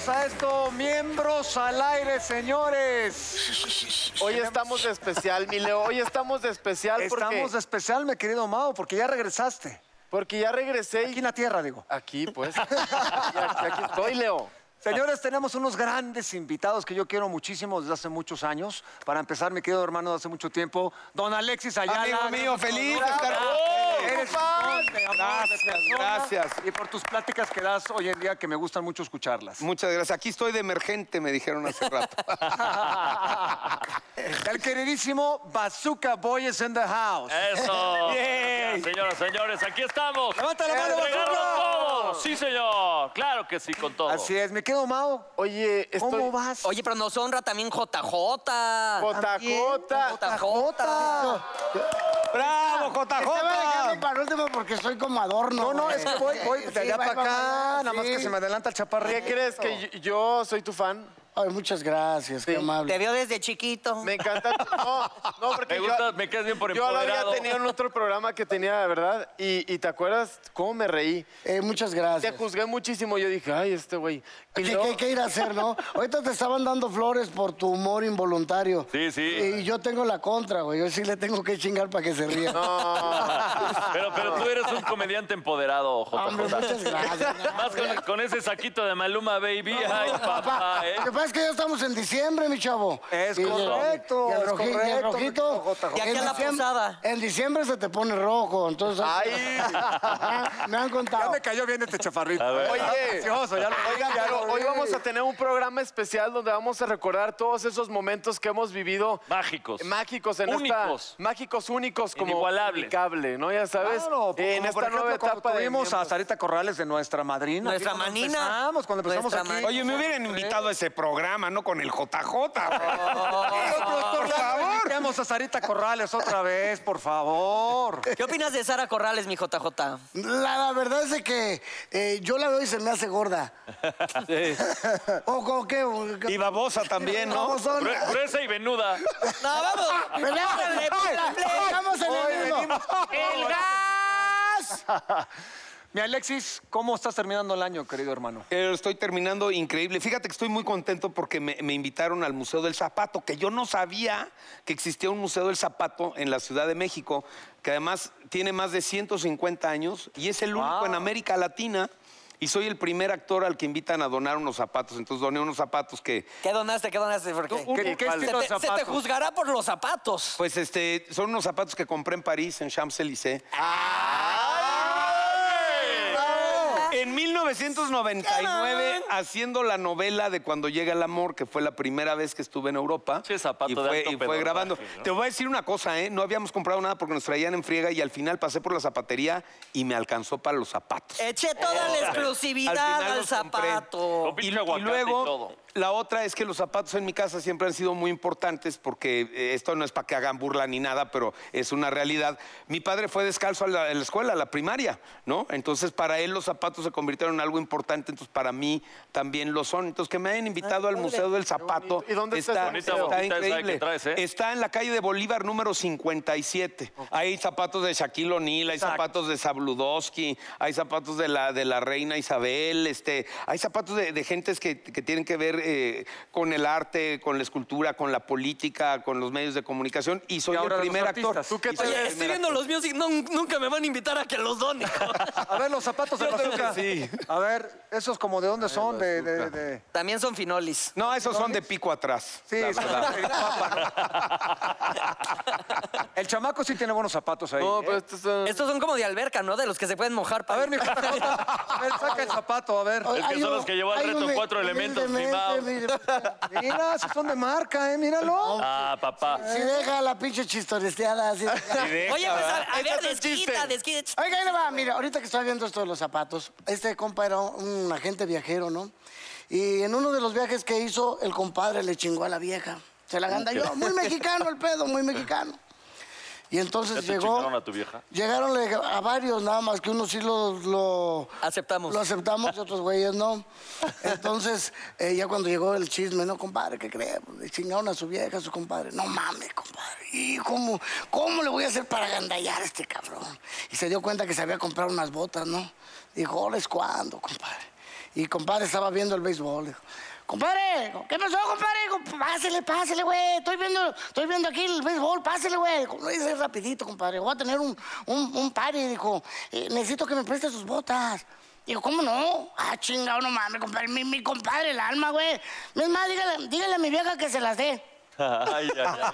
Ocho miembros al aire, señores. Hoy estamos de especial, mi Leo. Hoy estamos de especial porque, Estamos de especial, mi querido Mao, porque ya regresaste. porque ya regresé Aquí y... en la tierra, digo. Aquí, pues. Aquí, aquí estoy, Leo. Señores, tenemos unos grandes invitados que yo quiero muchísimo desde hace muchos años. Para empezar, mi querido hermano de hace mucho tiempo, don Alexis Ayala. Amigo mío, feliz de estar Bravo. con ustedes. Eres un hombre, amor de Gracias, persona. gracias. Y por tus pláticas que das hoy en día, que me gustan mucho escucharlas. Muchas gracias. Aquí estoy de emergente, me dijeron hace rato. El queridísimo Bazooka Boy is in the house. Eso. Gracias, Señoras, señores, aquí estamos. Levanta la mano, Entregarlo Bazooka. todo. Sí, señor. Claro que sí, con todo. Así es, mi querido Mao. Oye, estoy... ¿Cómo vas? Oye, pero nos honra también JJ. Jotacota. JJ. ¡Bravo, Estaba JJ! dejando para último porque soy como adorno. No, no, güey. es que voy, voy Sí, de allá va, para va, acá, va, nada más sí. que se me adelanta el chaparrito. ¿Qué crees? ¿Que yo, yo soy tu fan? Ay, muchas gracias, qué Sí. Te amable. veo desde chiquito. Me encanta... No, no, porque Me yo- gusta, me quedas bien por em- Yo lo había empoderado. tenido en otro programa que tenía, de verdad, y, y te acuerdas cómo me reí. Eh, muchas Te gracias. juzgué muchísimo. Yo dije, ay, este güey. Y ¿Qué, luego- qué- qué ir a hacer, no? Ahorita te estaban dando flores por tu humor involuntario. Sí, sí. Y yo tengo la contra, güey. Yo sí le tengo que chingar para que se ría. Pero, pero tú eres un comediante empoderado, Hombre, JJ. muchas gracias. Más con, con ese saquito de Maluma Baby. Ay, Papá, papá, ¿eh? Lo que pasa es que ya estamos en diciembre, mi chavo. Es Y el- correcto, Y el, es roji- y el correcto, mi querido rojito. JJ. Y aquí en a la diciembre- posada. En diciembre se te pone rojo, entonces. Ay. me han Ya contado. me cayó bien este chaparrito. Oye. Está precioso, ya lo vi, Oigan, ya pero lo hoy vi. vamos a tener un programa especial donde vamos a recordar todos esos momentos que hemos vivido Mágicos. mágicos en Únicos. esta mágicos únicos como Inigualables. cable, ¿no? Ya sabes, Claro, en como esta por ejemplo, nueva cuando etapa de tuvimos a miembros. Sarita Corrales de nuestra madrina. Nuestra Aquí cuando manina. Empezamos, cuando empezamos Nuestra aquí. manina. Oye, me hubieran invitado a ese programa, no con el JJ. Por favor. Invitemos a Sarita Corrales otra vez, por favor. ¿Qué opinas de Sara Corrales, mi JJ? La, la verdad es de que eh, yo la veo y se me hace gorda. ¿O con qué? o- Y babosa también, ¿no? Babosona. Gru- Gruesa y venuda. No, vamos. ¿Verdad? Órale, Ay, play, play. Estamos en el mismo. El gas. Mi Alexis, ¿cómo estás terminando el año, querido hermano? Eh, Estoy terminando increíble. Fíjate que estoy muy contento porque me, me invitaron al Museo del Zapato, que yo no sabía que existía un Museo del Zapato en la Ciudad de México, que además tiene más de 150 años y es el único en América Latina. Y soy el primer actor al que invitan a donar unos zapatos. Entonces doné unos zapatos que, ¿Qué donaste? ¿Qué donaste? ¿Por qué? ¿Qué, qué Se estilo de te, se te zapatos? juzgará por los zapatos. pues este, son unos zapatos que compré en París, en Champs-Élysées. Ah. En 1999, haciendo la novela de Cuando llega el amor, que fue la primera vez que estuve en Europa. Che, zapato y de fue, alto y fue pedorraje, grabando. ¿no? Te voy a decir una cosa, ¿eh? No habíamos comprado nada porque nos traían en friega y al final pasé por la zapatería y me alcanzó para los zapatos. Eché toda la exclusividad final al, los compré. zapato. Con pinche aguacate y luego, todo. la otra es que los zapatos en mi casa siempre han sido muy importantes porque eh, esto no es para que hagan burla ni nada, pero es una realidad. Mi padre fue descalzo a la, a la escuela, a la primaria, ¿no? Entonces, para él los zapatos se convirtieron en algo importante, entonces para mí también lo son. Entonces, que me hayan invitado al Museo del Zapato. bonito. ¿Y dónde está está, ese museo? Bonita, está bonita esa increíble. que traes, ¿eh? Está en la calle de Bolívar número 57. Hay zapatos de Shaquille O'Neal, hay zapatos de Sabludowski, hay zapatos de la, de la reina Isabel, este, hay zapatos de, de gentes que, que tienen que ver eh, con el arte, con la escultura, con la política, con los medios de comunicación. Y soy Y ahora el los primer actor. artistas. ¿Tú qué Y soy el Oye, primer estoy actor. viendo los míos y no- nunca me van a invitar a que los done. A ver, los zapatos de Yo creo que Bazooka. sí. A ver, ¿esos como de dónde son? De, de, de- También son finolis. No, esos son de pico atrás. Sí, la son verdad. de papa, ¿no? El chamaco sí tiene buenos zapatos ahí. No, ¿eh? pero estos son- Estos son como de alberca, ¿no? De los que se pueden mojar. A para- ver, mi JJ, a ver, saca el zapato, a ver. Ay, Es que hay son un- los que llevó al hay reto un- cuatro elementos, mi humildemente, Mao. mi- Mira, si son de marca, ¿eh? Míralo. Ah, papá. Si deja la pinche chistoresteada así. Oye, pues a, a ver, Échate un desquita, chiste. desquita. Oiga, ahí le va. Mira, ahorita que estoy viendo esto de los zapatos, este compa era un, un agente viajero, ¿no? Y en uno de los viajes que hizo, el compadre le chingó a la vieja. Se la ganda yo. Muy mexicano el pedo, muy mexicano. Y ¿Ya entonces te llegó. chingaron a tu vieja? Llegaron le- a varios, nada más que unos sí los- lo, Aceptamos. lo aceptamos y otros güeyes no. Entonces, eh, ya cuando llegó el chisme, no, compadre, ¿qué crees? Le chingaron a su vieja, a su compadre. No mames, compadre. ¿Y cómo, cómo le voy a hacer para gandallar a este cabrón? Y se dio cuenta que se había comprado unas botas, ¿no? Dijo, ¿es cuándo, compadre? Y compadre estaba viendo el béisbol. dijo, Compadre, ¿qué pasó, compadre? Com- Pásele, pásele, güey. Estoy viendo, estoy viendo aquí el béisbol, pásele, güey. Como dice rapidito, compadre. Voy a tener un, un, un party, dijo. Eh, necesito que me preste sus botas. Digo, ¿cómo no? Ah, chingado, no mames, compadre. Mi, mi compadre, el alma, güey. No Es más, dígale, dígale a mi vieja que se las dé. Ay, ay, ay.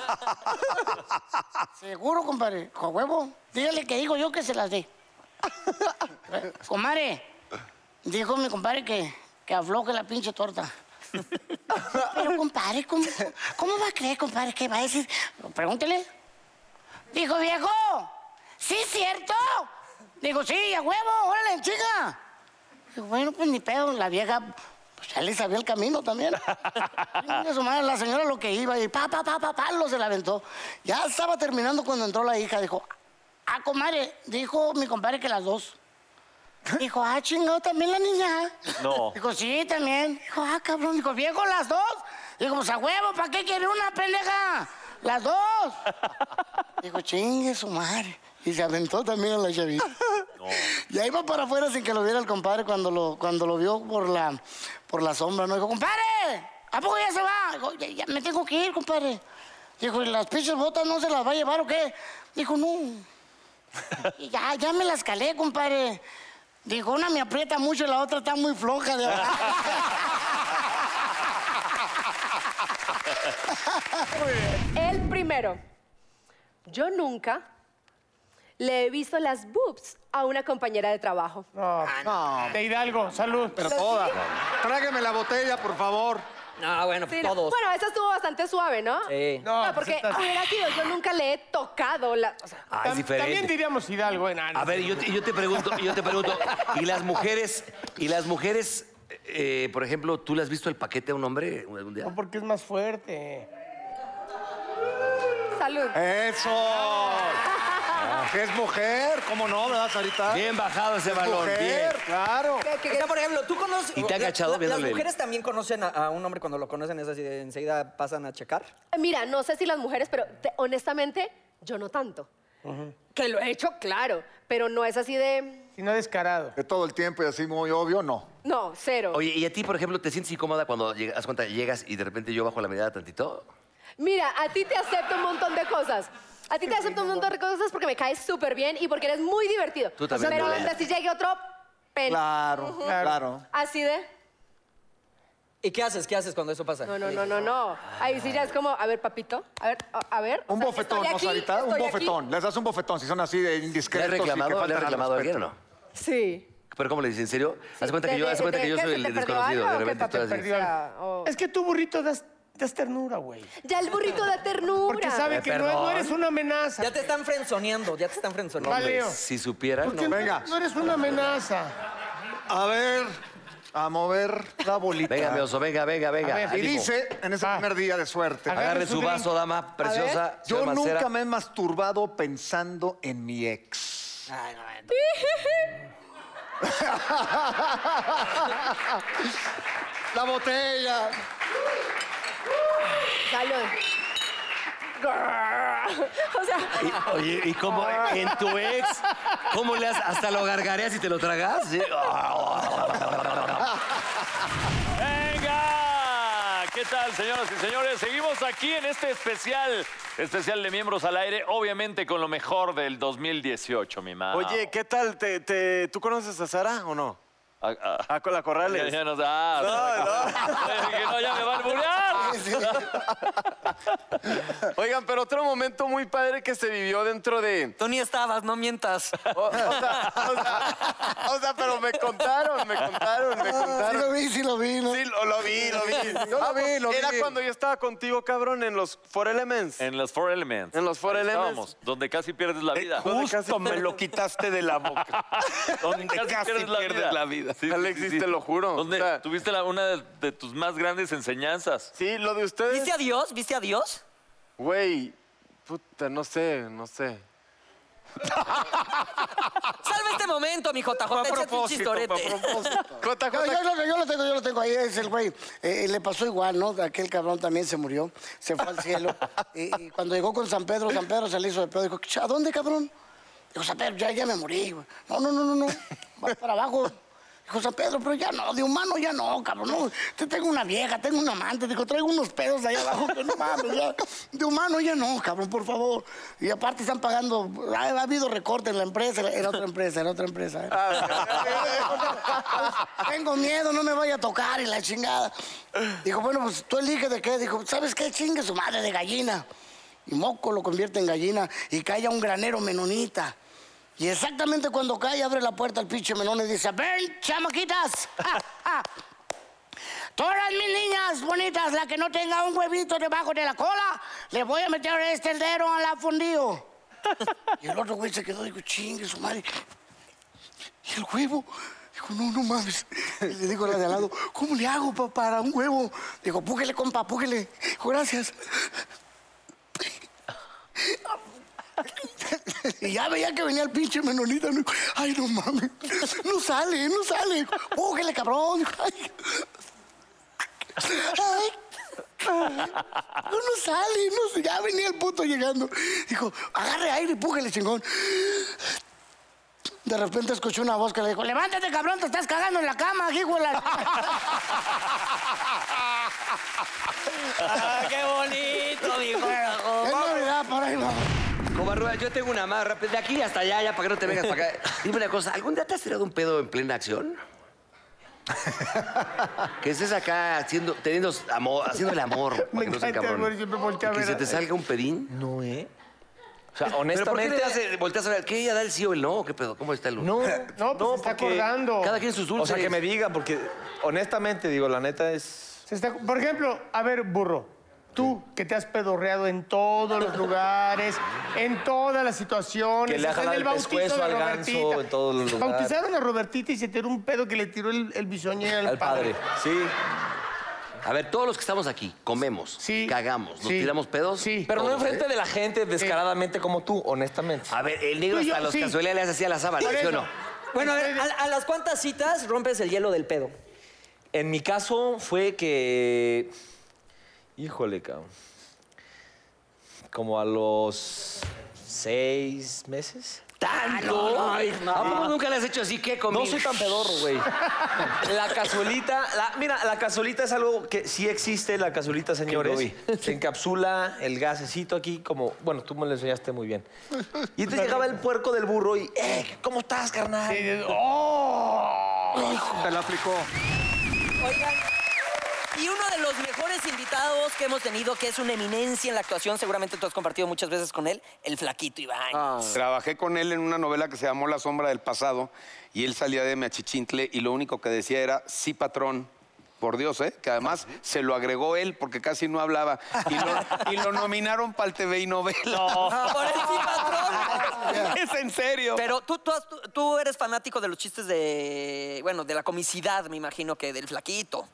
Seguro, compadre. Con huevo. Dígale que digo yo que se las dé. Eh, Comadre, dijo mi compadre que, que afloje la pinche torta. Pues, Pero, compadre, ¿cómo, cómo va a creer, compadre? ¿Qué va a decir? Pregúntele. Dijo, viejo, ¿sí es cierto? Digo, sí, a huevo, órale, chica. Digo, bueno, pues ni pedo, la vieja pues, ya le sabía el camino también. Chingue su madre, la señora lo que iba y pa, pa, pa, pa, pa, lo se la aventó. Ya estaba terminando cuando entró la hija, dijo, ah, comadre, dijo mi compadre que las dos. Dijo, ah, chingado, también la niña. No. Dijo, sí, también. Dijo, ah, cabrón. Dijo, viejo, las dos. Dijo, pues a huevo, ¿para qué quiere una pendeja? Las dos. Dijo, chingue su madre. Y se aventó también a la chavita. Ya iba para afuera sin que lo viera el compadre cuando lo, cuando lo vio por la, por la sombra. No dijo, compadre, ¿a poco ya se va? Dijo, ya, ya me tengo que ir, compadre. Dijo, ¿y las pinches botas no se las va a llevar o qué? Dijo, no. Y ya, ya me las calé, compadre. Dijo, una me aprieta mucho y la otra está muy floja de verdad. El primero. Yo nunca le he visto las boobs a una compañera de trabajo. De Hidalgo, salud. Pero toda. Trágueme la botella, por favor. No, bueno, Sí, todos. Bueno, esa estuvo bastante suave, ¿no? Sí. No, No, porque pues estás- hubiera sido, yo nunca le he tocado la... o sea, Ah, es Tam- diferente. También diríamos Hidalgo, eh, no, no. A ver, yo te, yo te pregunto, yo te pregunto, ¿y las mujeres, y las mujeres, eh, por ejemplo, tú le has visto el paquete a un hombre algún día? No, porque es más fuerte. salud. Eso. ¿Qué es mujer? ¿Cómo no, verdad, Sarita? Bien bajado ese balón, bien. mujer, claro. Que- que- O sea, por ejemplo, tú conoces. ¿Y te ha la- cachado la- viéndole Las el- mujeres también conocen a, a un hombre cuando lo conocen, es así, de enseguida pasan a checar. Mira, no sé si las mujeres, pero te- honestamente, yo no tanto. Que lo he hecho, claro, pero no es así de... Si no descarado. Que todo el tiempo y así muy obvio, no. No, cero. Oye, ¿y a ti, por ejemplo, te sientes incómoda cuando llegas, haz cuenta, llegas y de repente yo bajo la mirada tantito? Mira, a ti te acepto un montón de cosas. A ti te acepto un montón de cosas porque me caes súper bien y porque eres muy divertido. Tú también, Pero Violeta. hasta si llegue otro pen. Claro, Claro. claro. Así de... ¿Y qué haces? ¿Qué haces cuando eso pasa? No, no, no, no, no. Ahí sí ya es como, a ver, papito, a ver, a, a ver. o Un sea, bofetón, estoy ¿no, aquí, Sarita? Un estoy aquí. bofetón. Les das un bofetón si son así de ¿Le has indiscretos. y que reclamado, faltan ¿le has al reclamado a alguien o respeto. no? Sí. ¿Pero cómo le dices? ¿En serio? Sí, haz cuenta que de- yo, de- haz cuenta de- que yo ¿qué soy se el te perdió desconocido. algo De o qué repente tú papel eres- perdió? sea, o- Es que tú, burrito, das, das ternura, güey. Ya el burrito de ternura. Porque sabe Eh, que no, no eres una amenaza. Ya te están frenzoneando, ya te están frenzoneando. Vale. Leo. Si supiera, Porque no. no, venga. no eres una amenaza. A ver, a mover la bolita. Venga, mi oso, venga, venga, venga. A ver, y ánimo. dice en ese Va. primer día de suerte. A ver. Agarre Ah, agarre su su vaso, drink. dama preciosa. Yo señora Mancera. nunca me he masturbado pensando en mi ex. La botella. Salud. Grrr. O sea, Y- Oye, ¿y cómo en tu ex? ¿Cómo le has, hasta lo gargareas y te lo tragas? Sí. Ah, ¡Venga! ¿Qué tal, señoras y señores? Seguimos aquí en este especial, especial de miembros al aire, obviamente con lo mejor del 2018, mi madre. Oye, ¿qué tal? ¿Te, te- tú conoces a Sara o no? Ah, ah, A Cola ya, Corrales. ya nos da. no. Dije, no, ya me va a alburear. Oigan, pero otro momento muy padre que se vivió dentro de... Tú ni estabas, no mientas. O, o sea, o sea- o sea, pero me contaron, me contaron, me Ah, Sí lo contaron. vi, sí lo vi, ¿no? Sí, lo, lo vi, lo vi. Yo lo vi, lo Era vi. cuando yo estaba contigo, cabrón, en los Four Elements. En los Four Elements. En los Four Ahí Elements. Eh, estábamos, donde casi pierdes la vida. Justo me lo quitaste de la boca. donde casi, pierdes, la, pierdes vida. la vida. Sí, sí, Alexis, sí, sí. te lo juro. Donde O sea, tuviste la- una de, de tus más grandes enseñanzas. Sí, lo de ustedes. ¿Viste a Dios? ¿Viste a Dios? Güey, puta, no sé, no sé. Salva este momento, mi JJ. Échate un chistorete. JJ, No, yo, lo- yo lo tengo, yo lo tengo. Ahí es el güey. Eh, le pasó igual, ¿no? Aquel cabrón también se murió, se fue al cielo. y, y cuando llegó con San Pedro, San Pedro se le hizo de pedo. Dijo, "Ch- ¿a dónde, cabrón? Dijo, San Pedro, ya, ya me morí. güey". No, no, no, no, no. Vas para abajo. Dijo San Pedro, pero ya no, de humano ya no, cabrón. No, te tengo una vieja, tengo un amante. Dijo, traigo unos pedos de allá abajo que no mames. ya. De humano ya no, cabrón, por favor. Y aparte están pagando, ha, ha habido recorte en la empresa, en otra empresa, en otra empresa. ¿eh? Pues, tengo miedo, no me vaya a tocar y la chingada. Dijo, bueno, pues tú eliges de qué. Dijo, ¿sabes qué? Chingue su madre de gallina. Y Moco lo convierte en gallina y cae a un granero menonita. Y exactamente cuando cae, abre la puerta el pinche menón y dice, ven, chamaquitas. Ja, ja. Todas mis niñas bonitas, la que no tenga un huevito debajo de la cola, le voy a meter este dedo al afundío. y el otro güey se quedó, digo, chingue su madre. ¿Y el huevo? Dijo, no, no mames. Y le digo a la de al lado, ¿cómo le hago pa- para un huevo? Digo, púgele, compa, púgele. Dijo, gracias. Y ya veía que venía el pinche menonita. ¿no? Ay, no mames. No sale, no sale. Púgele, cabrón. Ay. Ay. No, no sale, no sé. Ya venía el puto llegando. Dijo, agarre aire, púgele, chingón. De repente escuché una voz que le dijo, "Pues levántate, cabrón, te estás cagando en la cama, hijo de la... Ah, ¡Qué bonito, mijo! Es Navidad, por ahí vamos. Covarrubias, yo tengo una más rápida. De aquí hasta allá, ya para que no te vengas para acá. Dime una cosa, ¿algún día te has tirado un pedo en plena acción? que estés acá haciendo, teniendo amor, haciendo el amor. para Me que no sea encanta, cabrón. güey, siempre voltea a Y Que ver se a- te salga un pedín. No, ¿eh? O sea, ¿Pero por qué honestamente. le das- volteas a ver? ¿Qué ella da el sí o el no? ¿Qué pedo? ¿Cómo está el uno? No, no, pues se está porque- acordando. Cada quien sus O dulces. sea, que me diga, porque honestamente, digo, la neta es. Se está- Por ejemplo, a ver, burro, tú que te has pedorreado en todos los lugares, en todas las situaciones, Que le ha hasta en jalado el bautizo pescuezo de al ganso Robertita. en todos los lugares. Bautizaron a Robertita y se tiró un pedo que le tiró el, el bisoñé al, Al padre. Sí. A ver, todos los que estamos aquí, comemos, Sí. cagamos, nos Sí. tiramos pedos. Sí. Pero no todos, enfrente ¿eh? de la gente descaradamente como tú, honestamente. A ver, el negro Tú y yo, hasta los sí. cazuelas le hace así a la sábana, Por ¿sí o eso. no? Bueno, a, ver, a- a las cuantas citas rompes el hielo del pedo. En mi caso fue que. Híjole, cabrón. Como a los seis meses. Ah, ¿Tanto? ¿A poco nunca le has hecho así? ¿Qué comí? No soy tan pedorro, güey. La cazuelita, la- mira, la cazuelita es algo que sí existe, la cazuelita, señores. Se encapsula el gasecito aquí, como, bueno, tú me lo enseñaste muy bien. Y te llegaba el puerco del burro y, ¡eh! ¿Cómo estás, carnal? "Oh". Te la aplicó. Oigan, y uno de los mejores invitados que hemos tenido, que es una eminencia en la actuación, seguramente tú has compartido muchas veces con él, el flaquito Iván. Ah. Trabajé con él en una novela que se llamó La sombra del pasado y él salía de Meachichintle y lo único que decía era sí patrón. Por Dios, ¿eh? Que además Ah, se lo agregó él porque casi no hablaba. Y lo, y lo nominaron para el TV y novela. Por el sí, patrón. es en serio. Pero tú, tú, has- tú- tú eres fanático de los chistes de, bueno, de la comicidad, me imagino que del flaquito.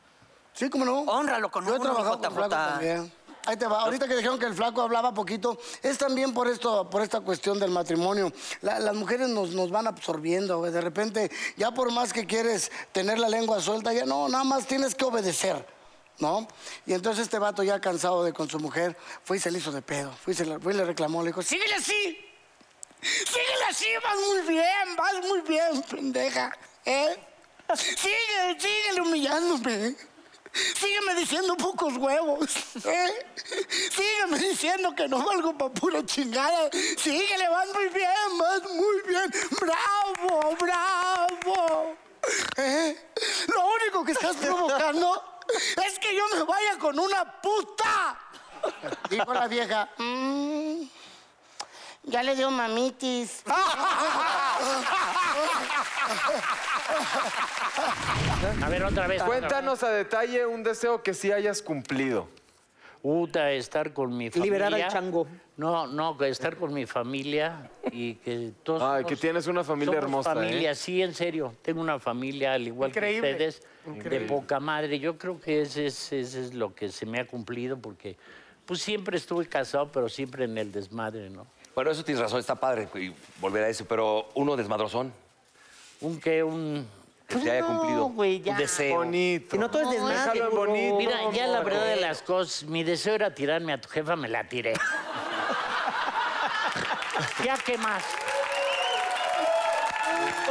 Sí, cómo no. Hónralo con Yo he uno, trabajado con JJ. Flaco también. Ahí te va. Ahorita que dijeron que el flaco hablaba poquito, es también por esto, por esta cuestión del matrimonio. La- las mujeres nos, nos van absorbiendo, güey. De repente, ya por más que quieres tener la lengua suelta, ya no, nada más tienes que obedecer, ¿no? Y entonces este vato ya cansado de con su mujer, fue y se le hizo de pedo. Fue y, se le, fue y le reclamó, le dijo, Pues síguele así. Síguele así, vas muy bien, vas muy bien, pendeja. ¿Eh? Sigue, síguele humillándome. Sígueme diciendo pocos huevos. ¿eh? Sígueme diciendo que no valgo para pura chingada. Síguele, vas muy bien, vas muy bien. Bravo, bravo. ¿Eh? Lo único que estás provocando es que yo me vaya con una puta. Dijo la vieja. "Mm, ya le dio mamitis. A ver, otra vez. Cuéntanos a detalle un deseo que sí hayas cumplido. Uta, estar con mi familia. Liberar al chango. No, no, que estar con mi familia y que todos. Ay, somos- que tienes una familia somos hermosa, ¿eh? Familia, sí, en serio. Tengo una familia, al igual Increíble. que ustedes, de poca madre. Yo creo que ese es, ese es lo que se me ha cumplido porque, pues siempre estuve casado, pero siempre en el desmadre, ¿no? Bueno, eso tienes razón, está padre y volver a eso, pero uno desmadrozón Un que, un. que se haya no, cumplido. güey, ya. Un deseo. Bonito. Y no todo es desmadre. déjalo en burro. bonito. Mira, ya la amor. verdad de las cosas, mi deseo era tirarme a tu jefa, me la tiré. ¿Ya qué más?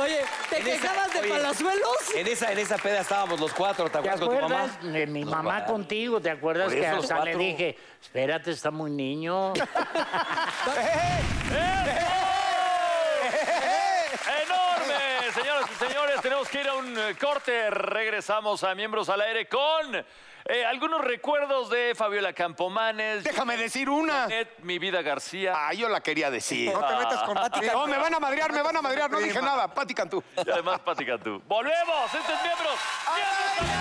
Oye, ¿te En esa- quejabas de oye, palazuelos? En esa, en esa peda estábamos los cuatro, ¿te ¿Te acuerdas con tu mamá? acuerdas? de Mi mamá contigo, ¿te acuerdas Por que eso los hasta le cuatro. dije, espérate, está muy niño? Eh, ¡Enorme! Señoras y señores, tenemos que ir a un eh, corte. Regresamos a Miembros al Aire con eh, algunos recuerdos de Fabiola Campomanes. Déjame decir una. mi vida García. Ah, yo la quería decir. Ah. No te metas con Pati Cantú. No, me van a madrear, me van a madrear. No dije Prima. nada. Pati Cantú. Y además, Pática tú. ¡Volvemos! ¡Este es Miembros!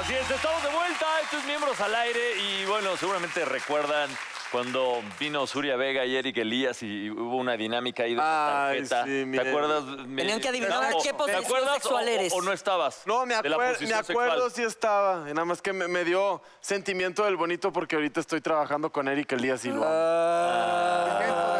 Así es, estamos de vuelta. Esto es Miembros al Aire. Y bueno, seguramente recuerdan cuando vino Suria Vega y Eric Elías y hubo una dinámica ahí de la Ay, tarjeta. sí, ¿Te mira. acuerdas? Tenían que adivinar Gabo? a qué ¿Te posición acuerdas sexual o- o- eres? ¿O no estabas? No, me, De la acuer- me posición acuerdo sexual. si estaba. Nada más que me, me dio sentimiento del bonito porque ahorita estoy trabajando con Eric Elías y lo amo.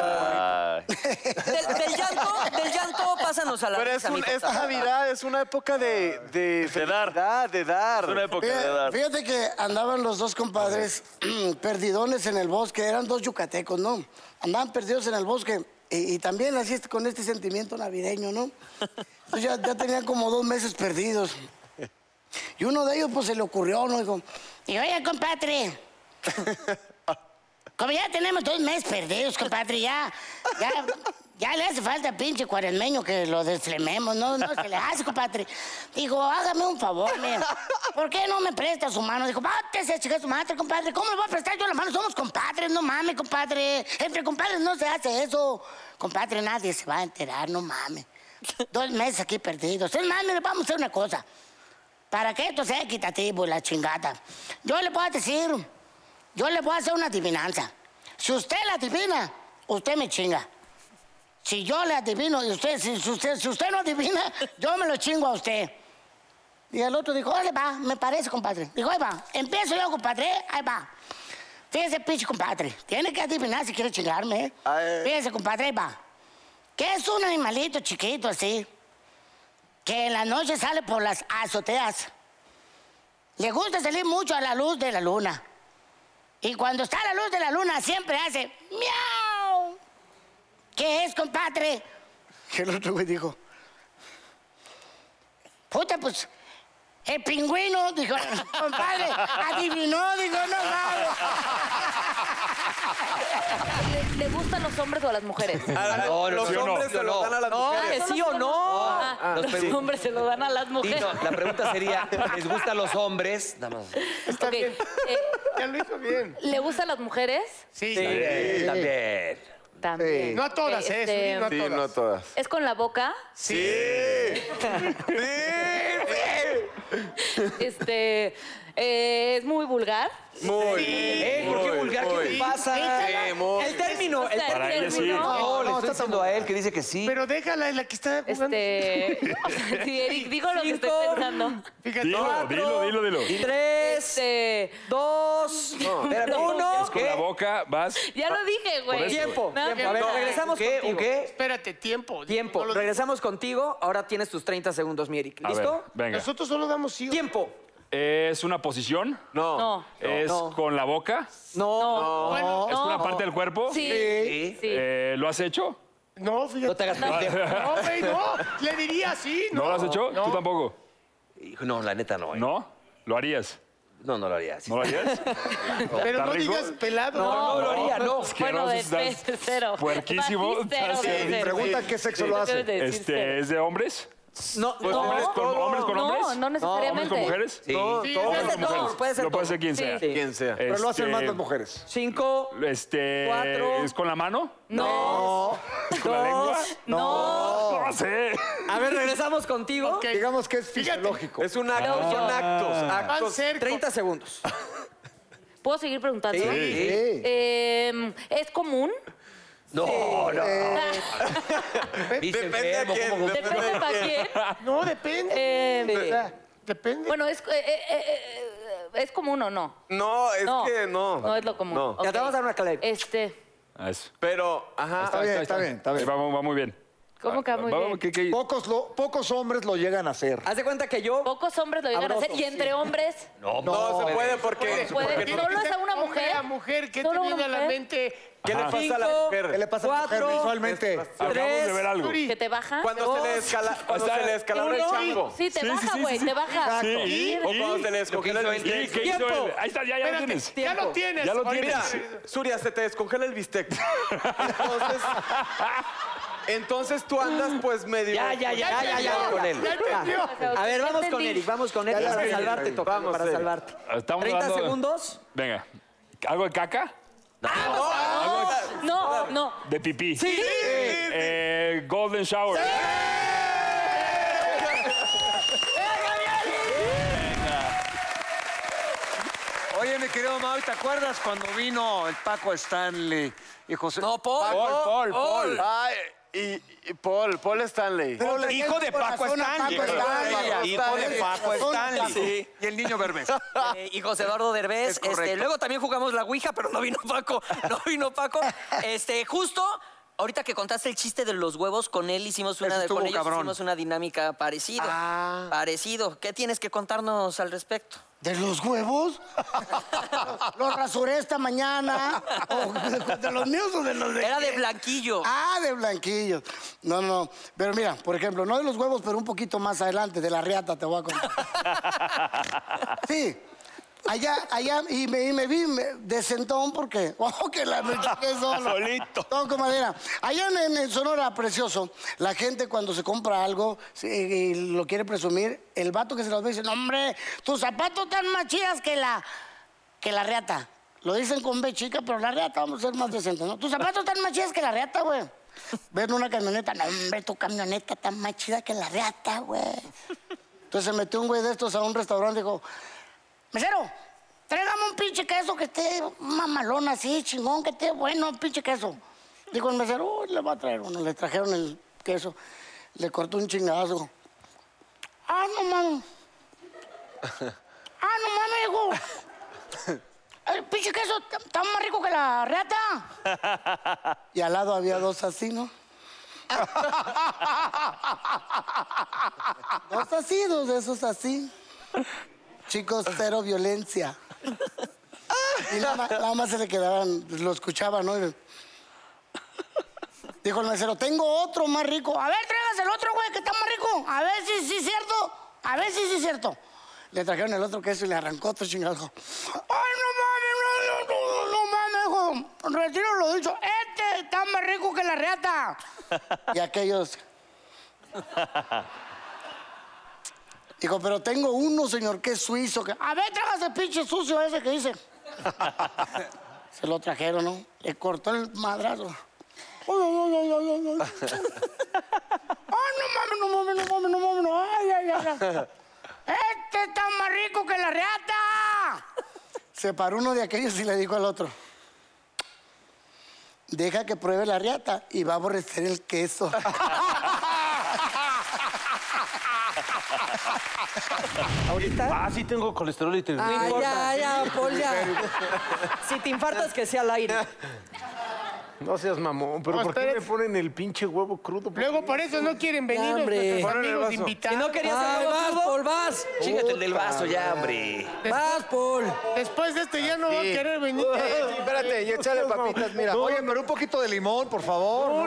Del, del llanto, del llanto, pásanos a la Pero es, risa, un- mijo. es Navidad, es una época de, de felicidad, de dar. Es una época Fíjate, fíjate que andaban los dos compadres perdidones en el bosque, eran dos yucatecos, ¿no? Andaban perdidos en el bosque y, y también así est- con este sentimiento navideño, ¿no? Entonces ya, ya tenían como dos meses perdidos. Y uno de ellos pues se le ocurrió, ¿no? Dijo, Y oye, compadre. Como ya tenemos dos meses perdidos, compadre, ya, ya, ya le hace falta al pinche cuaresmeño que lo desflememos, no, no se le hace, compadre. Digo, hágame un favor, mire. ¿Por qué no me presta su mano? Dijo, bátese, chica su madre, compadre. ¿Cómo le voy a prestar yo la mano? Somos compadres, no mames, compadre. Entre compadres no se hace eso. Compadre, nadie se va a enterar, no mames. Dos meses aquí perdidos. Es más, mire, vamos a hacer una cosa. Para que esto sea equitativo, la chingada. Yo le puedo decir, yo le puedo hacer una adivinanza. Si usted la adivina, usted me chinga. Si yo le adivino y usted, si, si usted, si usted no adivina, yo me lo chingo a usted. Y el otro dijo, órale, va, me parece, compadre. Dijo, ahí va, empiezo yo, compadre, ahí va. Fíjese, pinche compadre, tiene que adivinar si quiere chingarme, ¿eh? Fíjese, compadre, ahí va. Que es un animalito chiquito así, que en la noche sale por las azoteas. Le gusta salir mucho a la luz de la luna. Y cuando está a la luz de la luna siempre hace miau. ¿Qué es, compadre? que el otro güey dijo, Puta, pues, el pingüino, dijo, compadre, adivinó, dijo, no, no. ¿Le, le gustan los hombres o a las mujeres? No, no, los yo no, hombres Ah, yo se los no. dan a las No, mujeres. que sí o no. Ah, Ah, los pregun- hombres se lo dan a las mujeres. Tito, la pregunta sería, ¿les gustan los hombres? Nada más. Ok, eh, Ya lo hizo bien. ¿Le gustan las mujeres? Sí, También, también. También. No a todas, Ok, ¿eh? este, Zuli, no a todas. ¿Es con la boca? Sí. Este, eh, ¿Es muy vulgar? Muy. ¿Eh? ¿Por qué vulgar? ¿Qué te pasa? Sí, muy. El término. O sea, el Para ella sí. término. No, le No, estoy diciendo a él que dice que sí. Pero déjala, es la que está jugando. Este, sí, Eric, digo lo que estoy pensando. Fíjate. Dilo, dilo, dilo, dilo. Tres, Este, dos, espérame. uno. Es con la boca, vas. Ya lo dije, Por güey. eso. Tiempo, No, Tiempo, A ver, no. regresamos ¿Qué? contigo. ¿Un qué? Espérate, tiempo. Tiempo. regresamos contigo. Ahora tienes tus 30 segundos, mi Eric. A ver, ¿Listo? venga. Nosotros solo damos sí. Tiempo. ¿Es una posición? No. No. ¿Es No. con la boca? No. ¿Es una parte del cuerpo? Sí. Sí. Eh, ¿Lo has hecho? No, fíjate. No te hagas pendejo. No, güey, no. Le diría sí, ¿No, ¿no? lo has hecho? No. ¿Tú tampoco? No, la neta no. ¿No? ¿Lo harías? No, no lo harías. ¿No lo harías? Pero ¿Está no rico? digas pelado. No, no lo haría, no. Bueno, Asqueroso, de estás tres, cero. Puerquísimo. Para ti, cero, estás de horrible. cero. Sí. Debes de decir Este, cero. ¿Es de hombres? No, Pues no. hombres con No, hombres. con no, hombres? no necesariamente. ¿Hombres con mujeres? Sí. No, Sí, puede todos hombres ser con mujeres. todos, puede ser Lo puede todos. ser quien Sí. sea. Quien sea. Pero lo hacen Este, más las mujeres. Cinco. Este, Cuatro. ¿Es con la mano? No. ¿Es con la lengua? No. No sé. A ver, regresamos contigo. Digamos que es fisiológico. Es un acto, Ah. No. son actos, Van actos. cerca. 30 segundos. ¿Puedo seguir preguntando? Sí. Sí. Eh, ¿Es común? No, no. Dice Depende a enfermo, quién, ¿cómo? depende Depende para quién. No, depende. Eh, O sea, depende. Bueno, es, eh, eh, eh, eh, ¿es común o no? No, es No. que no. No es lo común. No. Ok. Este, Eso. Pero, ajá. Ahí ahí Ahí Vamos, va muy bien. ¿Cómo que va muy bien? Pocos, lo- pocos hombres lo llegan a hacer. Ah, Haz de cuenta que yo. Pocos hombres lo llegan a hacer. Abroso, Y entre hombres. No, no, se puede No porque. se puede. porque no- Solo es a una Hombre mujer. a mujer, ¿qué Solo te viene una a la mujer. mente? ¿Qué le pasa a la Cinco, mujer? ¿Qué le pasa a la mujer Cuatro, visualmente? tres, Que te baja. Cuando se le, escala, cuando se le escalabra el Uno. chango. Sí, te Sí, sí, baja, sí, güey. sí, te sí. baja. Sí, O cuando se le escongela el ¿Y bistec. qué hizo él? Ahí está, ya, ya lo Espérate, tienes. ya lo tienes. Ya lo Ahorita tienes. Mira, Surya, se te descongela el bistec. Entonces. Entonces tú andas pues medio. Ya, ya, ya, ya, ya, ya, con ya, él. ya entendió. A ver, vamos con Eric, vamos con Eric Ya, ya, para ya, ya, salvarte, ya, ya. Tocayo, Vamos, para Eric. salvarte. Estamos 30 hablando de- segundos. Venga. ¿Algo de caca? Ah, No, no. De pipí. Sí. Eh, golden shower. Oye, mi querido Mau, ¿te acuerdas cuando vino el Paco Stanley y José? No, Paul, Paul, Paul. Ay, y, y Paul, Paul Stanley. Hijo de Paco Stanley. Hijo de Paco Stanley. Sí. Y el niño Bermés. Eh, y José Eduardo Derbez. Este, luego también jugamos la Ouija, pero no vino Paco. No vino Paco. Este, justo ahorita que contaste el chiste de los huevos, con él hicimos Ese una, estuvo con ellos cabrón. hicimos una dinámica parecida. Parecido. ¿Qué tienes que contarnos al respecto? ¿De los huevos? los rasuré esta mañana. O de, de los míos o de los de. Era de quién? blanquillo. Ah, de blanquillo. No, no. Pero mira, por ejemplo, no de los huevos, pero un poquito más adelante, de la riata te voy a contar. sí. Allá, allá, y me, y me vi me- de sentón porque, oh, que la me choqué solo. Solito. Toco madera. Allá en, en- en Sonora, precioso, la gente cuando se compra algo sí, y lo quiere presumir, el vato que se los ve dice, no, hombre, tus zapatos están más chidas que la, que la reata. Lo dicen con B chica, pero la reata vamos a ser más decentes, ¿no? Tus zapatos están más chidas que la reata, güey. Ven una camioneta, no, hombre, tu camioneta está más chida que la reata, güey. Entonces se metió un güey de estos a un restaurante y dijo, mesero, tráigame un pinche queso que esté mamalón así, chingón, que esté bueno, un pinche queso. Dijo el mesero, "Uy, le va a traer uno. Le trajeron el queso, le cortó un chingadazo. Ah, no mames. Ah, no mames, dijo. El pinche queso está- está más rico que la reata. Y al lado había dos así, ¿no? dos así, dos de esos así. Chicos, cero violencia. Y nada, más- nada más se le quedaban, lo escuchaban, ¿no? Y- Dijo el mesero, tengo otro más rico. A ver, tráigase el otro, güey, que está más rico. A ver si sí es cierto. A ver si sí es cierto. Le trajeron el otro queso y le arrancó otro chingado. Dijo, ¡Ay, no mames, no, no, no, no mames, hijo! Retiro lo dicho. Este está más rico que la reata. Y aquellos... Dijo, pero tengo uno, señor, que es suizo. Que... A ver, tráigase el pinche sucio ese que dice. Se lo trajeron, ¿no? Le cortó el madrazo. Ay, ay, ay, ay, ay, ay, ay. Ay, no mames, no mames, no mames, no mames, no. Ay, ay, ay, ay. Este está más rico que la reata. Se paró uno de aquellos y le dijo al otro. Deja que pruebe la riata y va a aborrecer el queso. Ah, sí tengo colesterol y te... Ah, importa. ya, ya, Paul, ya. Si te infartas, que sea al aire. No seas mamón, pero No, ¿por qué me espérate. ponen el pinche huevo crudo? Luego por eso no quieren venir Ya, hombre. nuestros Ponle el amigos vaso. Si invitados. no querías Ay, el vas, Paul, vas. Chingate el del vaso ya, hombre. Vas, Paul. Después de este ya no van a querer venir. espérate, y échale papitas, mira. Oye, pero un poquito de limón, por favor.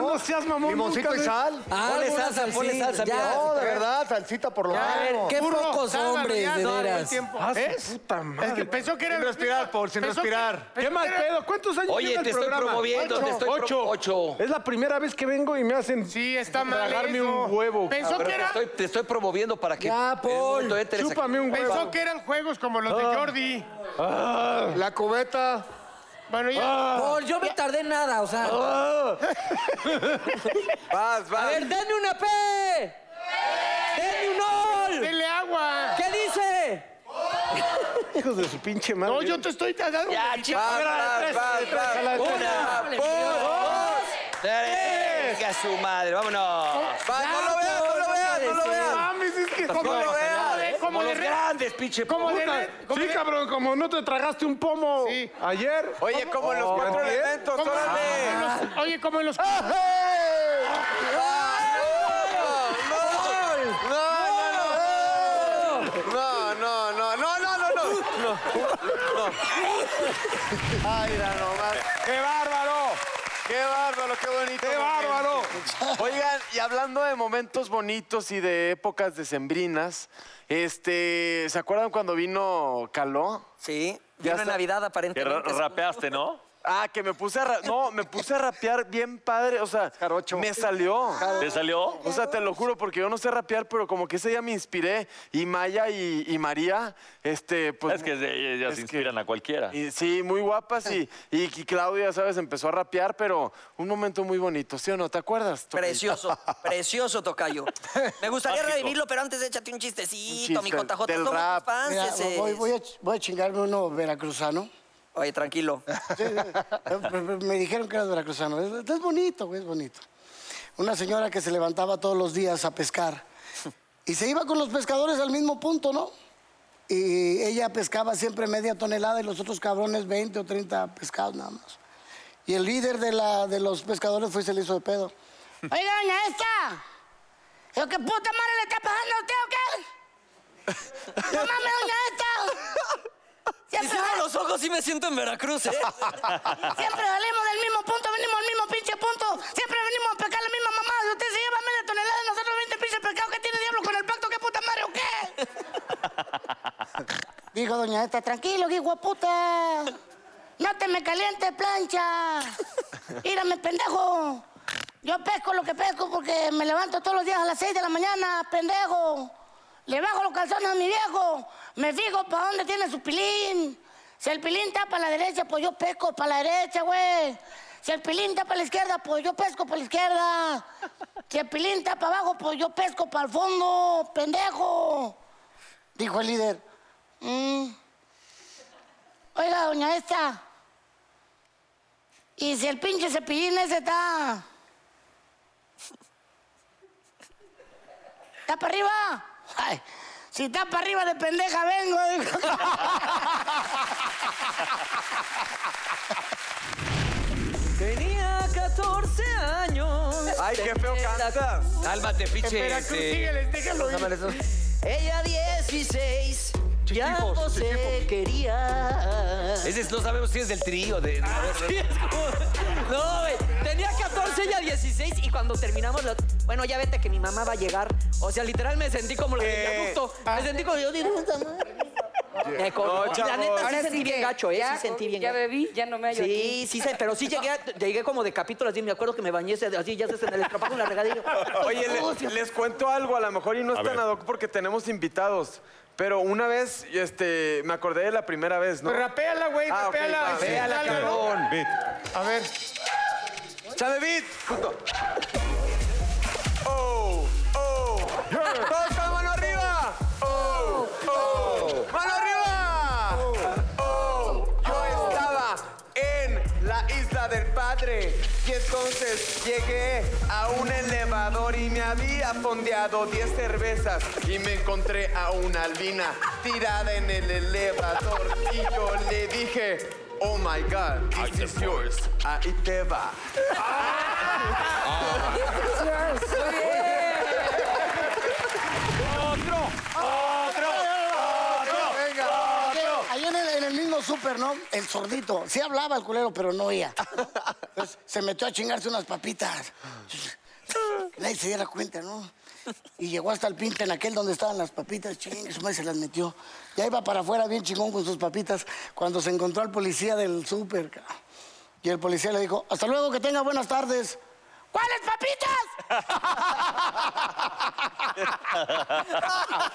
No, no seas mamón, Limoncito nunca, y güey. sal. Ah, Ponle alguna salsa, ponle salsa, salsita, ya. No, de verdad, salsita por lo menos. Qué Burro, pocos sábado, hombres, ya, de no, el veras. tiempo. Ah, ¿Eh? su ¿Ves? puta Es madre. que pensó que era... Sin respirar, Paul, sin pensó que- respirar. pensó Qué mal que era- pedo, ¿cuántos años Oye, lleva el te estoy programa? promoviendo, te estoy pro- Ocho. ocho. Es la primera vez que vengo y me hacen... Sí, está mal Tragarme eso. un huevo. Pensó Pero que te era... estoy, te estoy promoviendo para que. Ya, en el Paul. Ah. momento éteres aquí- Chúpame un huevo. Pensó que eran juegos como los de Jordi. La cubeta. Bueno, ya. Paul, Ah. yo me tardé en nada, o sea. Vas, A vas. ver, denme una P. Denme un ol. Dele agua. ¿Qué dice? Hijos de su pinche madre. No, yo te estoy dando. Ya, chico. Vas, vas, vas, vas. Una, Híjole, dos, tres. Que a su madre, vámonos. Vas, no lo veas, no lo veas, no lo veas. mames, es que... No lo veas. ¿Cómo como de los re- grandes, pinche como de puta. re- como Sí, de- cabrón, como no te tragaste un pomo ayer. Oye, como los cuatro elementos, órale. Oye, como en los... No, no, no, no, no, no, no. No, no. Ay, la nomás. ¡Qué bárbaro! ¡Qué bárbaro, qué bonito! ¡Qué bárbaro! Oigan, y hablando de momentos bonitos y de épocas decembrinas, este, ¿se acuerdan cuando vino Caló? Sí, vino en Navidad, Te ra- aparentemente. rapeaste, ¿no? Ah, que me puse a ra- no, me puse a rapear bien padre, o sea, me salió. ¿Te salió? O sea, te lo juro porque yo no sé rapear, pero como que ese día me inspiré y Maya y, y María, este, pues es que se- ellas inspiran a cualquiera. y sí, muy guapas y, y, y Claudia, sabes, empezó a rapear, pero un momento muy bonito, ¿sí o no? ¿Te acuerdas? Tocayo? Precioso, precioso Tocayo. Me gustaría Mágico. revivirlo, pero antes échate un chistecito, Un mi chiste JJ. del Somos rap. tus fans, Mira, ese voy, es. voy a, voy a chingarme uno veracruzano. Oye, tranquilo. Me dijeron que eras veracruzano. Es, es bonito, güey, es bonito. Una señora que se levantaba todos los días a pescar y se iba con los pescadores al mismo punto, ¿no? Y ella pescaba siempre media tonelada y los otros cabrones 20 o 30 pescados nada más. Y el líder de, la, de los pescadores fue y se le hizo de pedo. Oiga, doña esta. ¿Yo qué puta madre le está pasando a usted o qué? No mames, doña esta. Y cierro los ojos y me siento en Veracruz, ¿eh? Siempre salimos del mismo punto, venimos al mismo pinche punto. Siempre venimos a pescar la misma mamá. Usted se lleva media tonelada y nosotros 20 pinches pescados. ¿Qué tiene diablo con el pacto? ¿Qué puta madre o qué? Digo, doña Eta, Tranquilo, hijo de puta. No te me calientes, plancha. Mírame, pendejo. Yo pesco lo que pesco porque me levanto todos los días a las 6 de la mañana, pendejo. Le bajo los calzones a mi viejo. Me fijo para dónde tiene su pilín. Si el pilín está para la derecha, pues yo pesco para la derecha, güey. Si el pilín está para la izquierda, pues yo pesco para la izquierda. Si el pilín está para abajo, pues yo pesco para el fondo, pendejo. dijo el líder. Mm. Oiga, doña esta. Y si el pinche cepillín ese está. ¿Está para arriba? Ay, si está para arriba de pendeja vengo. dijo. Tenía 14 años. Ay, qué feo cantas. Cálmate, En pinche. Veracruz, este, sígueles, pues, déjalo ir. Ándale, eso. Ella 16. Ya Chiquifos, no se chiquifos. quería. Ese es- no sabemos si es del trío. De, Así es como- No, güey. Tenía 14 y a 16 y cuando terminamos la- Bueno, ya vete que mi mamá va a llegar. O sea, literal me sentí como la de Eh, viaducto. Me sentí como yo digo, puta madre. Me colgó. la neta sí sentí bien gacho, ¿eh? ya, sí sentí bien ya gacho. bebí, ya no me hallo Sí, aquí. sí, sé, pero sí llegué, a- llegué como de capítulo así, me acuerdo que me bañé así, ya se en el estropajo en la regadera. Oye, le- les cuento algo, a lo mejor y no A es tan ver. ad hoc porque tenemos invitados. Pero una vez, este, me acordé de la primera vez, ¿no? Pues rapéala, güey, Ah, ok, rapéala. va. Rapéala, cabrón. A ver. ¡Chame beat! Justo. ¡Oh! ¡Oh! ¡Todos con la mano arriba! ¡Oh! ¡Oh! ¡Mano arriba! ¡Oh! Yo estaba en la isla del padre y entonces llegué a un elevador y me había fondeado 10 cervezas y me encontré a una albina tirada en el elevador y yo le dije, oh my god, this is yours, ahí te va. Otro, otro, otro. Venga, Ahí en el, en el mismo súper, ¿no? El sordito. Sí hablaba el culero, pero no oía. Entonces, se metió a chingarse unas papitas. Nadie se diera cuenta, ¿no? Y llegó hasta el pinta en aquel donde estaban las papitas, ching, su madre se las metió. Ya iba para afuera bien chingón con sus papitas cuando se encontró al policía del súper. ca- Y el policía le dijo, hasta luego, que tenga buenas tardes. ¿Cuáles papitas?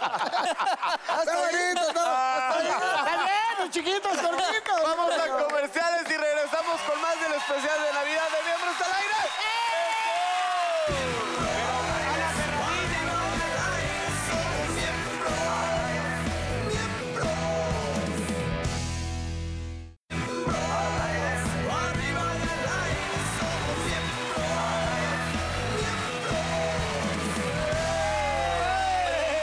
Está bonito, ¿no? Está bien, los chiquitos, gorditos. Vamos a comerciales y regresamos con más del especial de Navidad de Miembros al Aire.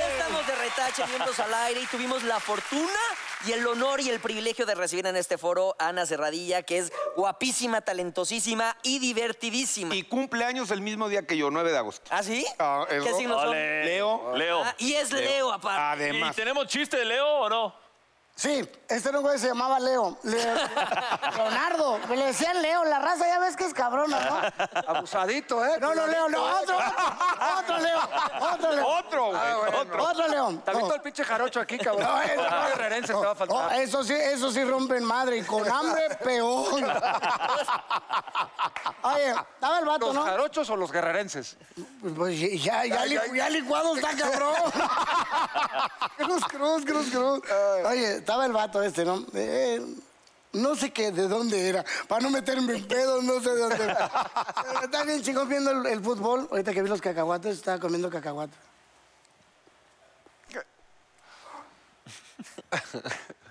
Estamos de retache de miembros al aire y tuvimos la fortuna y el honor y el privilegio de recibir en este foro a Ana Cerradilla, que es guapísima, talentosísima y divertidísima. Y cumpleaños el mismo día que yo, 9 de agosto. ¿Ah, sí? ¿Qué signos son? Ole. Leo. Leo. Ah, y es Leo, aparte. ¿Y tenemos chiste de Leo o no? Sí, este era un güey que se llamaba Leo. Le- Leonardo. Me le decían Leo. La raza ya ves que es cabrona, ¿no? Abusadito, ¿eh? No, no, Leo, no. Otro, otro Leo. Otro Leo. Otro, güey, Ah, bueno. otro. Otro Leo. También todo el pinche jarocho aquí, cabrón. No, eh, no. El herrerense te va a Oh, faltar. eso sí, eso sí rompen madre. Y con hambre, peor. Oye, dame el vato, ¿Los ¿no? jarochos o los guerrerenses? Pues ya, ya, Ay, li- ay. ya licuado está cabrón. cruz, cruz, cruz, cruz. Oye, estaba el vato este, ¿no? Eh, no sé qué, de dónde era. Para no meterme en pedo, no sé de dónde era. Pero está bien chicos viendo el, el fútbol. Ahorita que vi los cacahuates, estaba comiendo cacahuates.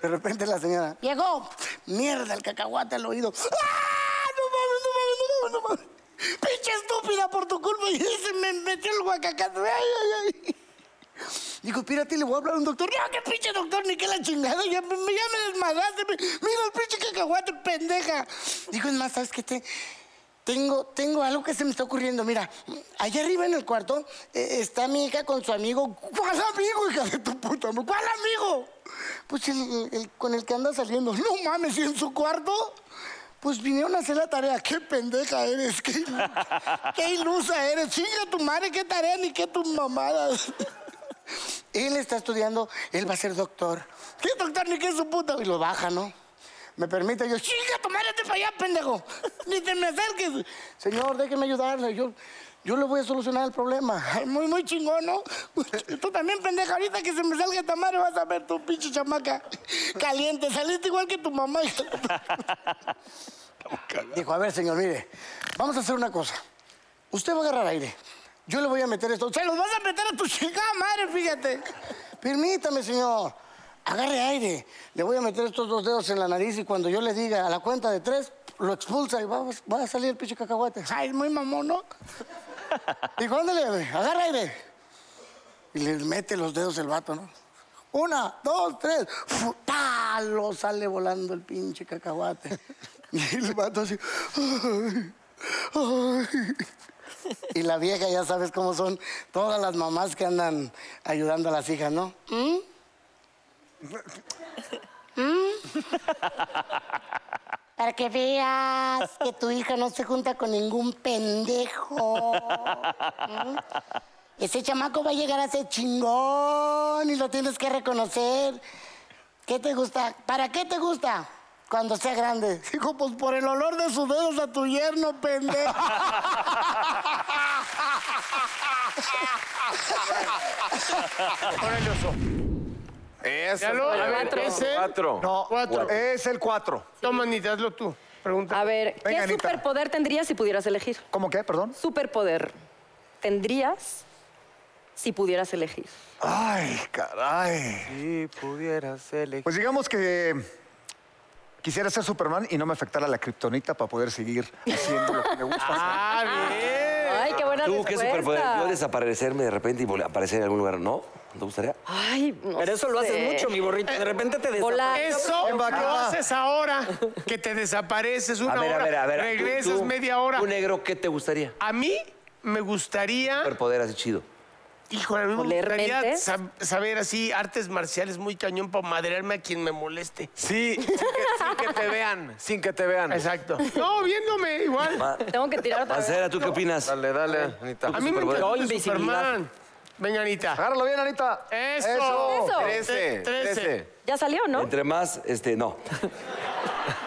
De repente la señora, llegó, mierda, el cacahuate al oído. ¡Ah! No mames, no mames, no mames, no mames. Pinche estúpida por tu culpa. Y se me metió el guacacate. Ay, ay, ay. Digo, espérate, le voy a hablar a un doctor. No, qué pinche doctor, ni qué la chingada. Ya me, me- ya me desmadraste. me- mira el pinche cacahuate, pendeja. Digo, es más, ¿sabes qué? Te, tengo, tengo algo que se me está ocurriendo. Mira, allá arriba en el cuarto eh, está mi hija con su amigo. ¿Cuál amigo, hija de tu puta madre? ¿Cuál amigo? Pues el, el con el que anda saliendo. No mames, ¿y en su cuarto? Pues vinieron a hacer la tarea. ¡Qué pendeja eres! ¡Qué, qué ilusa eres! ¡Chinga tu madre! ¡Qué tarea ni qué tus mamadas! Él está estudiando, él va a ser doctor. ¿Qué doctor ni qué es su puta? Y lo baja, ¿no? Me permite, yo, chinga tu madre, te para allá, pendejo. Ni te me acerques. Señor, déjeme ayudarle. Yo, yo le voy a solucionar el problema. Ay, Muy, muy chingón, ¿no? Tú también, pendeja, ahorita que se me salga esta madre vas a ver tu pinche chamaca. Caliente, saliste igual que tu mamá. hija de tu- Dijo, a ver, señor, mire, vamos a hacer una cosa. Usted va a agarrar aire. Yo le voy a meter esto. Se los vas a meter a tu chingada madre, fíjate. Permítame, señor. Agarre aire. Le voy a meter estos dos dedos en la nariz y cuando yo le diga a la cuenta de tres, lo expulsa y va, va a salir el pinche cacahuate. Ay, muy mamón, ¿no? Dijo, ándale, agarra aire. Y le mete los dedos el vato, ¿no? Una, dos, tres. ¡Fu! ¡Pa! Lo sale volando el pinche cacahuate. Y el vato así. "Ay, ay". Y la vieja, ya sabes cómo son todas las mamás que andan ayudando a las hijas, ¿no? ¿Mm? ¿Mm? Para que veas que tu hija no se junta con ningún pendejo. ¿Mm? Ese chamaco va a llegar a ser chingón y lo tienes que reconocer. ¿Qué te gusta? ¿Para qué te gusta? Cuando sea grande. Dijo, pues por el olor de sus dedos a tu yerno, pendejo. el oso. Eso. Míralo, a ver, Cuatro. ¿es él? Cuatro. No, cuatro. Es el cuatro. Toma, Anita, hazlo tú. Pregunta. A ver, ¿qué Venga, Anita. superpoder tendrías si pudieras elegir? ¿Cómo qué? Perdón. Superpoder tendrías si pudieras elegir. Ay, caray. Si pudieras elegir. Pues digamos que quisiera ser Superman y no me afectara la kriptonita para poder seguir haciendo lo que me gusta. Ah, bien. Ay, qué buena ¿Tú qué respuesta. superpoder? Yo desaparecerme de repente y vol- aparecer en algún lugar. ¿No? ¿No te gustaría? Ay, Ah, no Pero eso lo haces sé. mucho, mi borrito. De repente te des... Hola. Eso Yo- lo haces ahora, que te desapareces una a ver, hora, a ver, a ver. tú- regresas tú, media hora. ¿Un e- negro qué te gustaría? A mí me gustaría, Superpoder así chido. híjole, a mí me ¿Oler gustaría mentes? sab- saber así artes marciales muy cañón para madrearme a quien me moleste. Sí, sin que, sin que te vean, sin que te vean. Exacto. No, viéndome igual. Ma- Tengo que tirar otra vez. Mancera, ¿tú qué opinas? Dale, dale, Anita. A mí me superpoder. encanta Yo, invisibilidad. Superman. Venga, Anita. Agárralo bien, Anita. Eso. Eso. Trece, Trece. trece. Ya salió, ¿no? Entre más, este, no.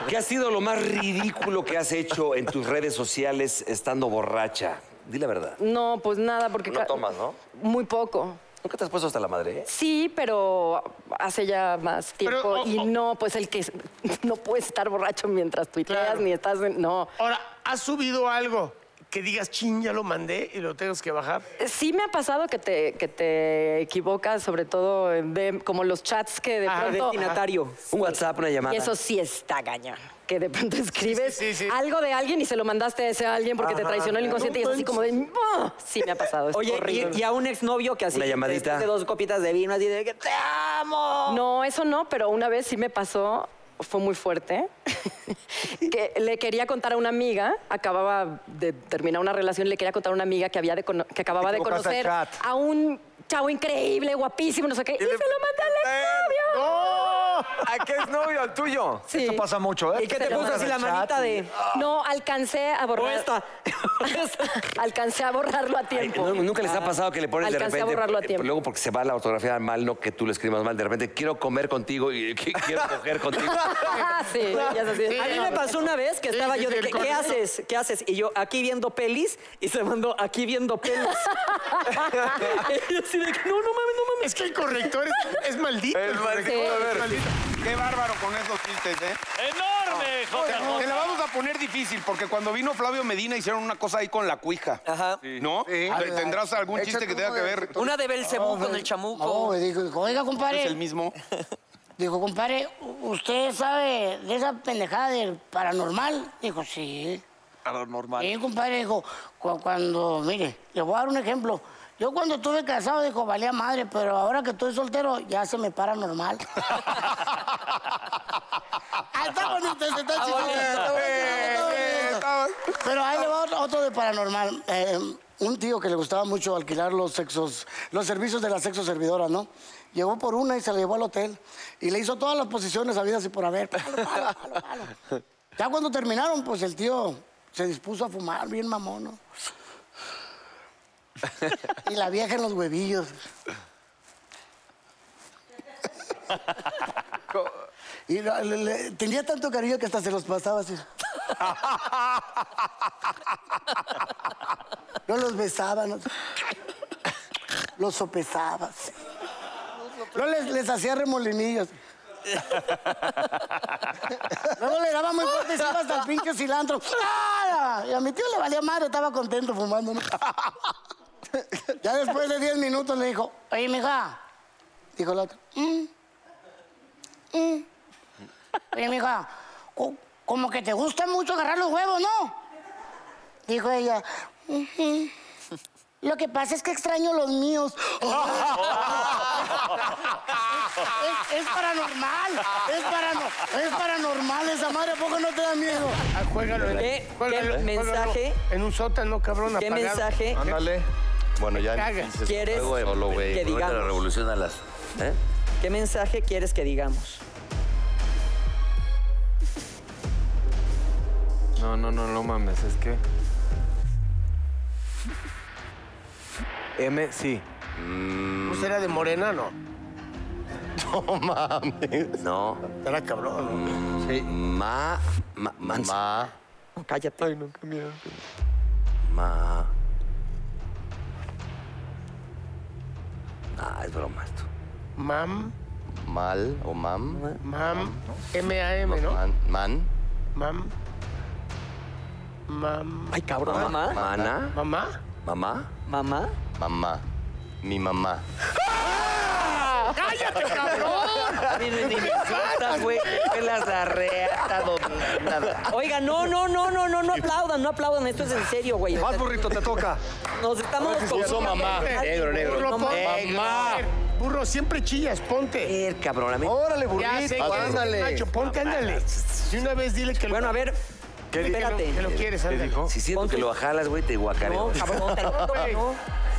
¿Qué ha sido lo más ridículo que has hecho en tus redes sociales estando borracha? Di la verdad. No, pues nada, porque... No ca- tomas, ¿no? Muy poco. ¿Nunca te has puesto hasta la madre? eh? Sí, pero hace ya más tiempo. Pero, oh, o- y o- no, pues el que es- no puedes estar borracho mientras tuiteas Claro. ni estás en. No. Ahora, ¿has subido algo que digas, ching, ya lo mandé y lo tengas que bajar? Pues Sí me ha pasado que te, que te equivocas, sobre todo de, como los chats que de pronto... Un WhatsApp, una llamada. Y eso sí está gaña. Que de pronto escribes algo de alguien y se lo mandaste a ese alguien porque te Ajá. traicionó el inconsciente y es así como de... "Ah". Sí me ha pasado. es Oye, horrible. y, y a un exnovio que así. Una llamadita. después De dos copitas de vino, así de que te amo. No, eso no, pero una vez sí me pasó, fue muy fuerte, que le quería contar a una amiga, acababa de terminar una relación, le quería contar a una amiga que, había de cono- que acababa de equivocaste al conocer chat. a un chavo increíble, guapísimo, no sé qué, y ¡Eh! se lo mandé al novio. ¿A qué es novio? ¿Al tuyo? Sí. Esto pasa mucho, ¿eh? ¿Y qué te puso así la manita de- No, alcancé a borrar. alcancé a borrarlo a Ay, tiempo. ¿no- ¿Nunca les ha pasado que le pones de Alcancé repente... Ah, a borrarlo a eh, tiempo. Luego porque se va la ortografía mal, no que tú lo escribas mal. De repente, quiero comer contigo y eh, quiero coger contigo. Ah, sí, ya es así. a mí me pasó una vez que Sí, estaba sí, yo sí, de el que, ¿qué correo. haces? ¿Qué haces? Y yo aquí viendo pelis y se mandó aquí viendo pelis. y yo así de que no, no mames, no mames. Es que el corrector es, es maldito. Es el maldito, corrector, a ver. es maldito. Qué bárbaro con esos chistes, ¿eh? ¡Enorme, Te, te la JJ! vamos a poner difícil, porque cuando vino Flavio Medina hicieron una cosa ahí con la cuija. Ajá. ¿No? ¿Tendrás algún chiste que tenga que ver? Una de Belcebú con Hombre, el chamuco. No, me dijo, oiga, ¿Es el compadre. mismo? Dijo, compadre, ¿u- ¿usted sabe de esa pendejada del paranormal? Dijo, sí. Paranormal. Sí, compadre, dijo, cu- cuando, mire, le voy a dar un ejemplo. Yo cuando estuve casado, dijo, valía madre, pero ahora que estoy soltero, ya se me para normal. Ah, está bonito, ese, está chido. Está bonito, está bonito. Pero ahí le va otro- otro de paranormal. Eh, un tío que le gustaba mucho alquilar los sexos, los servicios de la sexo servidora, ¿no? Llegó por una y se la llevó al hotel y le hizo todas las posiciones habidas y por haber. Palo, palo, palo, palo. Ya cuando terminaron, pues el tío se dispuso a fumar bien mamón, ¿no? Y la vieja en los huevillos. Y la- le- le- tenía tanto cariño que hasta se los pasaba así. No los besaba, no- los sopesaba. así. No les, les hacía remolinillos. Luego le daba muy fuerte se iba hasta el pinche cilantro. ¡Ah! Y a mi tío le valía madre, estaba contento fumando. ¿no? Ya después de 10 minutos le dijo, oye, mija. Dijo la otra, "Mm, mm". Oye, mija, co- como que te gusta mucho agarrar los huevos, ¿no? Dijo ella, "Ujú. lo que pasa es que extraño los míos. es, es paranormal, es, parano- es paranormal esa madre, ¿a poco no te da miedo? Ah, juégalo, en- ¿Qué- juégalo, qué juégalo mensaje? En un sótano, cabrón, ¿Qué apagado. mensaje? Ándale. Bueno, ya Cagas. dices, ¿Quieres luego de bolo, güey. Pues que Ahorita digamos? la revolución a las... ¿eh? ¿Qué mensaje quieres que digamos? No, no, no, no mames, es que. M, sí. Pues era de morena, ¿no? No mames. No. Era cabrón. ¿no? Ma... Ma... mans- Ma. Cállate. Ay, no, qué miedo. Ma. Ah, es broma esto. Mam, Mal o mam. mam, M-A-M, ¿no? Man. man. Mam. Mam. Ay, cabrón. Mamá. Mana. ¿Mamá? Mamá. Mamá. Mamá. Mi mamá. ¡Cállate, cabrón! A mí me- ni me insultas, güey. Qué las la reata dominada. Oiga, no, no, no, no, no, no aplaudan, no aplaudan. Esto es en serio, güey. Más burrito, te toca. Nos estamos... Puso mamá. Negro, negro. Burro, pon- Mamá. A ver, Burro, siempre chillas, ponte. Eh, cabrón, la mente. Órale, Ya sé que burrito, eres ándale. un macho, ponte, ándale. Y una vez dile que lo, Bueno, a ver, espérate. que lo quieres, ándale. Si siento que lo jalas, güey, te guacareo. No, cabrón, te- Güey, no.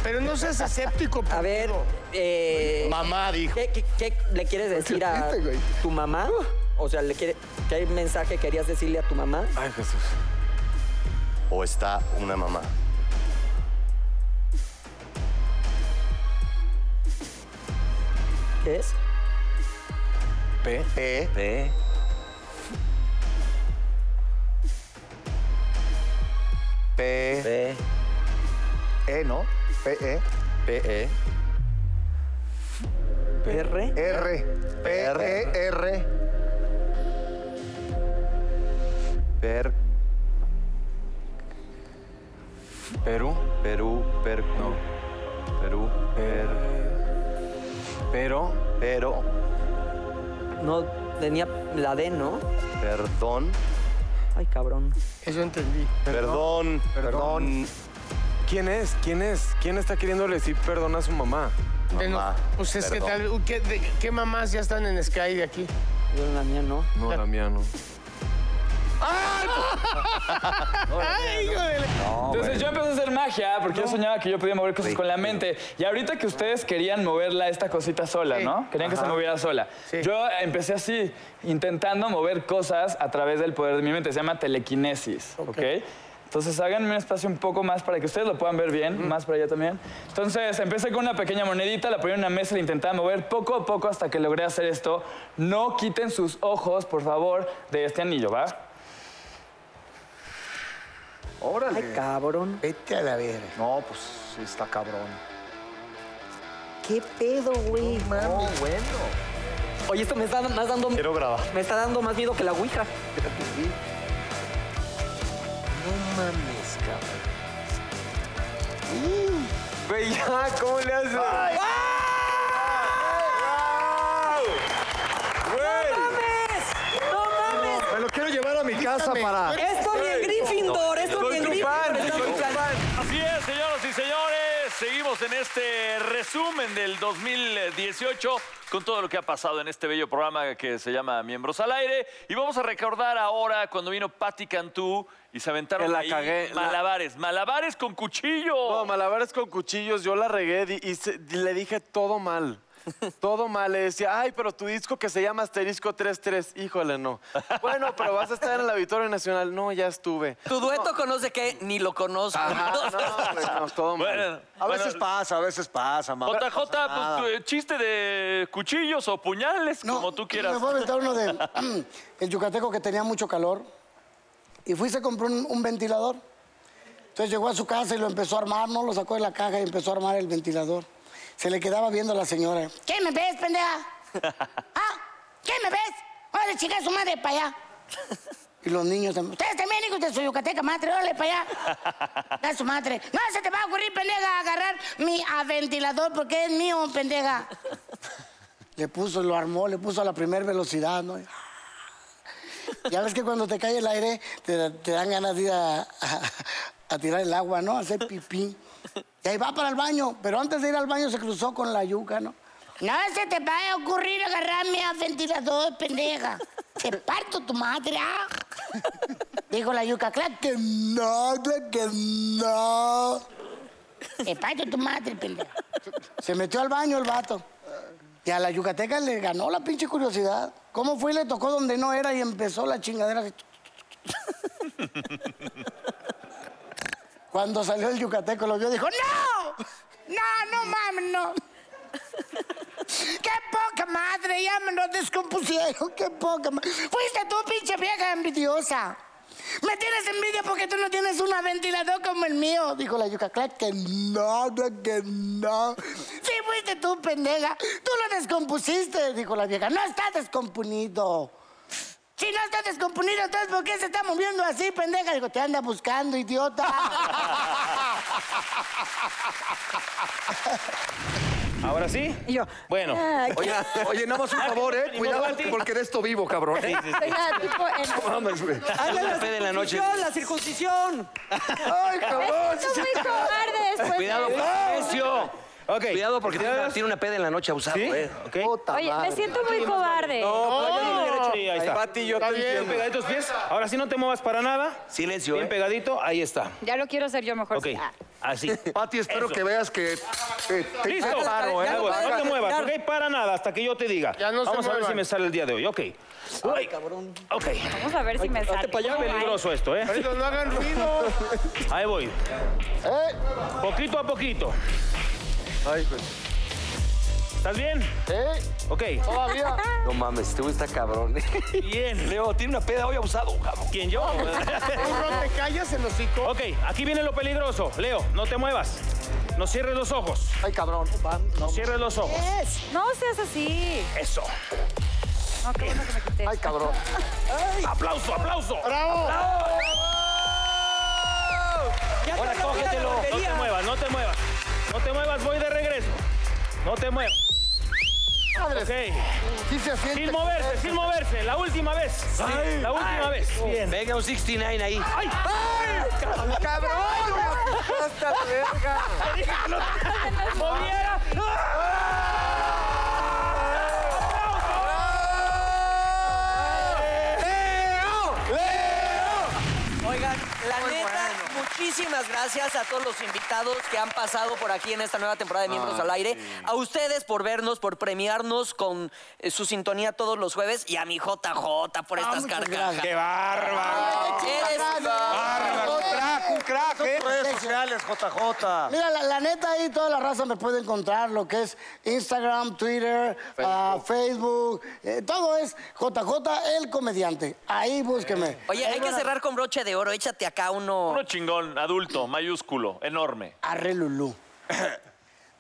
Pero no seas aséptico, A ver, eh, Mamá dijo. ¿qué, qué, qué le quieres decir a tu mamá? O sea, ¿le quiere, ¿qué mensaje querías decirle a tu mamá? Ay, Jesús. O está una mamá. ¿Qué es? P. P. Ve. P. Ve. E, ¿no? P. E. P, E. ¿R? R. P. E. R. Per. Perú, Perú, per, no. Perú, per, pero, pero, No tenía la D, ¿no? perdón, Ay, cabrón. Eso entendí. perdón, perdón. ¿Quién es? ¿Quién es? ¿Quién está queriéndole decir perdón a su mamá? De no- pues es que perdón. tal ¿qué, de- qué mamás ya están en Sky de aquí? Yo la mía no. No, la mía no. ¡Ay, hijo de la- Entonces yo empecé a hacer magia porque yo soñaba que yo podía mover cosas con la mente. Y ahorita que ustedes querían moverla, esta cosita sola, ¿no? Querían que Ajá. se moviera sola. Yo empecé así, intentando mover cosas a través del poder de mi mente. Se llama telequinesis, ¿ok? Entonces háganme un espacio un poco más para que ustedes lo puedan ver bien, más para allá también. Entonces empecé con una pequeña monedita, la ponía en una mesa y la intentaba mover poco a poco hasta que logré hacer esto. No quiten sus ojos, por favor, de este anillo, ¿va? Órale. Ay, cabrón. Vete a la verga. No, pues sí está cabrón. ¿Qué pedo, güey? No, bueno. Oye, esto me está más dando... Quiero grabar. Me está dando más miedo que la Ouija. No mames, cabrón. Güey, Uh. ya, ¿cómo le haces? ¡No mames! Me lo quiero llevar a mi casa para. Esto bien Gryffindor, esto bien Gryffindor. está bien plan. Así es, señoras y señores. Seguimos en este resumen del 2018 con todo lo que ha pasado en este bello programa que se llama Miembros al Aire. Y vamos a recordar ahora cuando vino Patti Cantú y se aventaron Que la ahí cagué, la- malabares. Malabares con cuchillo. No, malabares con cuchillos, yo la regué di- y se- di- le dije todo mal. Todo mal, le decía, ay, pero tu disco que se llama Asterisco 33, híjole, no. Bueno, pero vas a estar en el Auditorio Nacional. No, ya estuve. Tu dueto conoce que ni lo conozco. Pues, no, todo mal. A veces pasa, a veces pasa, mamá. JJ, pues, tu, eh, chiste de cuchillos o puñales, como tú quieras. Me voy a aventar uno de el yucateco que tenía mucho calor y fui y se compró un, un ventilador. Entonces llegó a su casa y lo empezó a armar, no lo sacó de la caja y empezó a armar el ventilador. Se le quedaba viendo a la señora. ¿Qué me ves, pendeja? ¿Ah? ¿Qué me ves? Órale, chica, su madre para allá. Y los niños también. Ustedes también, hijos de su yucateca madre, órale para allá. Da su madre. No se te va a ocurrir, pendeja, agarrar mi ah, ventilador porque es mío, pendeja. Le puso, lo armó, le puso a la primera velocidad, ¿no? Ya ves que cuando te cae el aire, te, te dan ganas de ir a, a- a tirar el agua, ¿no? A hacer pipí. Y ahí va para el baño, pero antes de ir al baño se cruzó con la yuca, ¿no? No se te va a ocurrir agarrar mi ah, ventilador, pendeja. Te parto tu madre, ah. Dijo la yuca, claro que no, claro que no. Te parto tu madre, pendeja. Se metió al baño el vato. Y a la yucateca le ganó la pinche curiosidad. ¿Cómo fue y le tocó donde no era y empezó la chingadera? así. Cuando salió el yucateco lo vio dijo, ¡No! ¡No, no mames, no! ¡Qué poca madre! Ya me lo descompusieron, qué poca madre. Fuiste tú, pinche vieja envidiosa. Me tienes envidia porque tú no tienes un ventilador como el mío, dijo la yuca. Claro que no, claro que no. Sí, fuiste tú, pendeja. Tú lo descompusiste, dijo la vieja. No está descomponido. Si no está descomponido, entonces ¿por qué se está moviendo así, pendeja? Dijo, te anda buscando, idiota. ¿Ahora sí? yo. Bueno. Ah, Oye, oye, nada más un favor, ¿eh? Cuidado, porque de esto vivo, cabrón. Venga, tipo, en- No mames, güey. Hazle La fe de la noche. circuncisión, La circuncisión. ¡Ay, cabrón! Esto es muy cobarde después Cuidado, de- precio. Cuidado porque te va a tirar una peda en la noche abusado, ¿eh? ¿Ok? Oye, me siento muy cobarde. pues, Sí, ahí está. Pati, yo Está te bien entiendo. pegaditos pies. Ahora sí no te muevas para nada. Silencio, Bien ¿eh? pegadito, ahí está. Ya lo quiero hacer yo mejor. Ok. Ah. Así. Pati, espero que veas que te- Listo. Paro, ¿eh? Ya no puedes Aguas, no te caminar. muevas, ok, para nada, hasta que yo te diga. Ya no se Vamos a ver muevan. si me sale el día de hoy, ok. Uy, cabrón. Ok. Vamos a ver si me sale. Está peligroso esto, ¿eh? Ahorita no hagan ruido. Ahí voy. Poquito a poquito. Ay, ¿Estás bien? ¿Eh? Ok. Todavía. No mames, este güey está cabrón. Bien. Leo, tiene una peda hoy abusado, cabrón. ¿Quién yo? Burro, te callas el hocico. Ok, aquí viene lo peligroso. Leo, no te muevas. No cierres los ojos. Ay, cabrón. No cierres los ojos. No seas así. Eso. No, qué bueno que me quité. Ay, cabrón. ¡Aplauso, aplauso! ¡Bravo! Ahora te lo voy a cógetelo. la No barbería. te muevas, no te muevas. No te muevas, voy de regreso. No te muevas. Ok. sin moverse, sin moverse. La última vez. Ay. la última Ay. vez. Bien. Venga un 69 ahí. ¡Ay! ¡Cabrón! ¡Hasta verga! ¡Moviera! Oigan, la neta, muchísimas gracias a todos los invitados que han pasado por aquí en esta nueva temporada de Miembros Ah, al Aire. sí. A ustedes por vernos, por premiarnos con eh, su sintonía todos los jueves y a mi JJ por estas carcajadas. ¡Qué bárbaro! ¡Eres bárbaro! ¡Crack, un crack! Son tus redes sociales, JJ. Mira, la, la neta ahí toda la raza me puede encontrar, lo que es Instagram, Twitter, ah, Facebook, eh, todo es JJ el comediante. Ahí búsqueme. Oye, Ahí hay que van a- cerrar con broche de oro. Échate acá uno. Uno chingón, adulto, mayúsculo, enorme. Arre Lulú.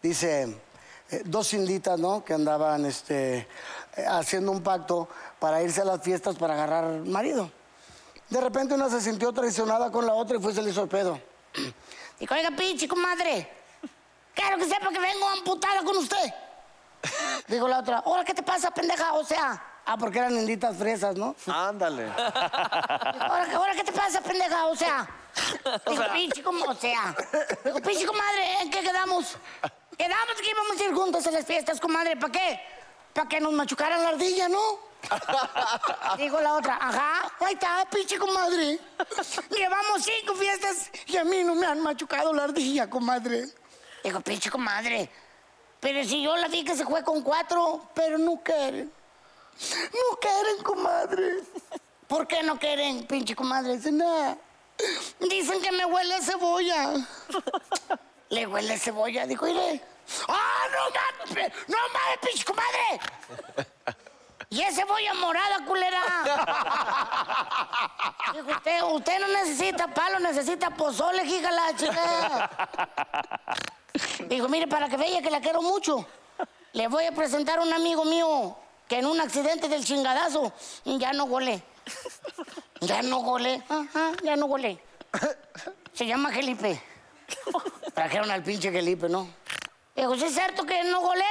Dice, eh, dos inditas, ¿no? Que andaban este, eh, haciendo un pacto para irse a las fiestas para agarrar marido. De repente una se sintió traicionada con la otra y fue y se le hizo el pedo. Dijo, oiga, pinche comadre, quiero que sepa que vengo amputada con usted. Dijo la otra, ahora, ¿qué te pasa, pendeja? O sea, ah, porque eran inditas fresas, ¿no? Ándale. Ahora, ¿qué- ahora ¿qué te pasa, pendeja? O sea, digo, pinche como, o sea, digo, pinche comadre, ¿en qué quedamos? Quedamos que íbamos a ir juntos a las fiestas, comadre, ¿para qué? Para que nos machucaran la ardilla, ¿no? Digo la otra, ajá, ahí está, pinche comadre. Llevamos cinco fiestas y a mí no me han machucado la ardilla, comadre. Digo, pinche comadre, pero si yo la vi que se fue con cuatro, pero no quieren. No quieren, comadre. ¿Por qué no quieren, pinche comadre? Dice, nada. Dicen que me huele a cebolla. Le huele a cebolla, digo, iré. ¡Ah, no mames! pe- ¡No mames, pinche comadre! Y es cebolla morada, culera. Digo, usted, usted no necesita palo, necesita pozole, hija la chingada. Digo, mire, para que vea que la quiero mucho, le voy a presentar a un amigo mío que en un accidente del chingadazo ya no golé. Ya no golé. Ajá, ya no golé. Se llama Felipe. Trajeron al pinche Felipe, ¿no? Digo, ¿sí es cierto que no goles?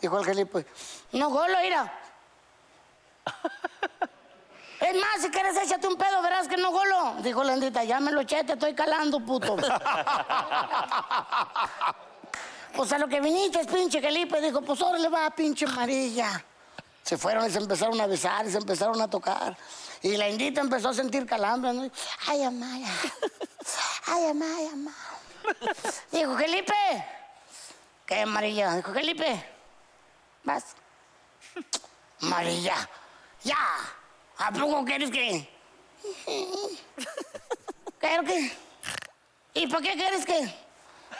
Dijo el Felipe. No golo, mira. Es más, si quieres échate un pedo, verás que no golo. Dijo la endita, ya me lo eché, te estoy calando, puto. Pues a lo que viniste, pinche Felipe, dijo, pues le va, pinche amarilla. Se fueron y se empezaron a besar y se empezaron a tocar. Y la indita empezó a sentir calambre, ¿no? Ay, Amaya. Ay, Amaya, Amaya. Dijo, Felipe. ¿Qué, amarilla? Dijo, Felipe. Vas. Amarilla. Ya. ¿A poco quieres que? Quiero que. ¿Y para qué quieres que?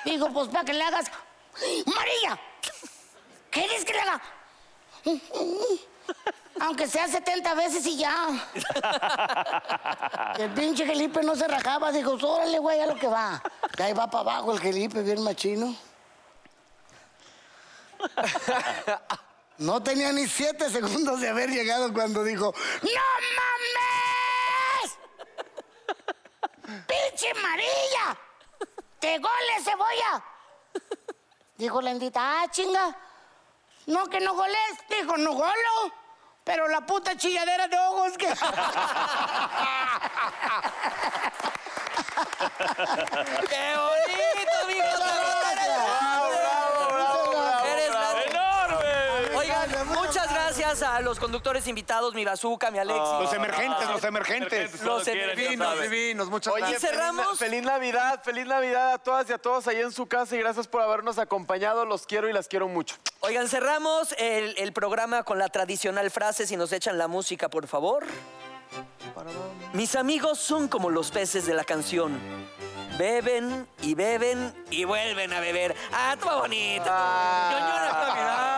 Digo, pues para que le hagas. ¡María! ¿Quieres que le haga? Aunque sea 70 veces y ya. El pinche Felipe no se rajaba. Digo, órale, güey, a lo que va. Y ahí va para abajo el Felipe, bien machino. No tenía ni siete segundos de haber llegado cuando dijo, ¡No mames! ¡Pinche amarilla! ¡Te gole cebolla! Dijo la endita, ah, chinga. No, que no goles. Dijo, no golo. Pero la puta chilladera de ojos que. ¡Qué bonito, mijo! ¡Bravo, bravo, bravo! ¡Eres grande. ¡Enorme! Oigan, muchas gracias a los conductores invitados, mi Bazooka, mi Alexis. Los emergentes, los emergentes. Los Divinos, emergentes. divinos, muchas Oye, gracias. cerramos. Feliz, Na- feliz Navidad, feliz Navidad a todas y a todos ahí en su casa y gracias por habernos acompañado. Los quiero y las quiero mucho. Oigan, cerramos el, el programa con la tradicional frase, si nos echan la música, por favor. Mis amigos son como los peces de la canción. Beben y beben y vuelven a beber. ¡Ah, toma bonita! ¡Ñoñona Navidad! Ah.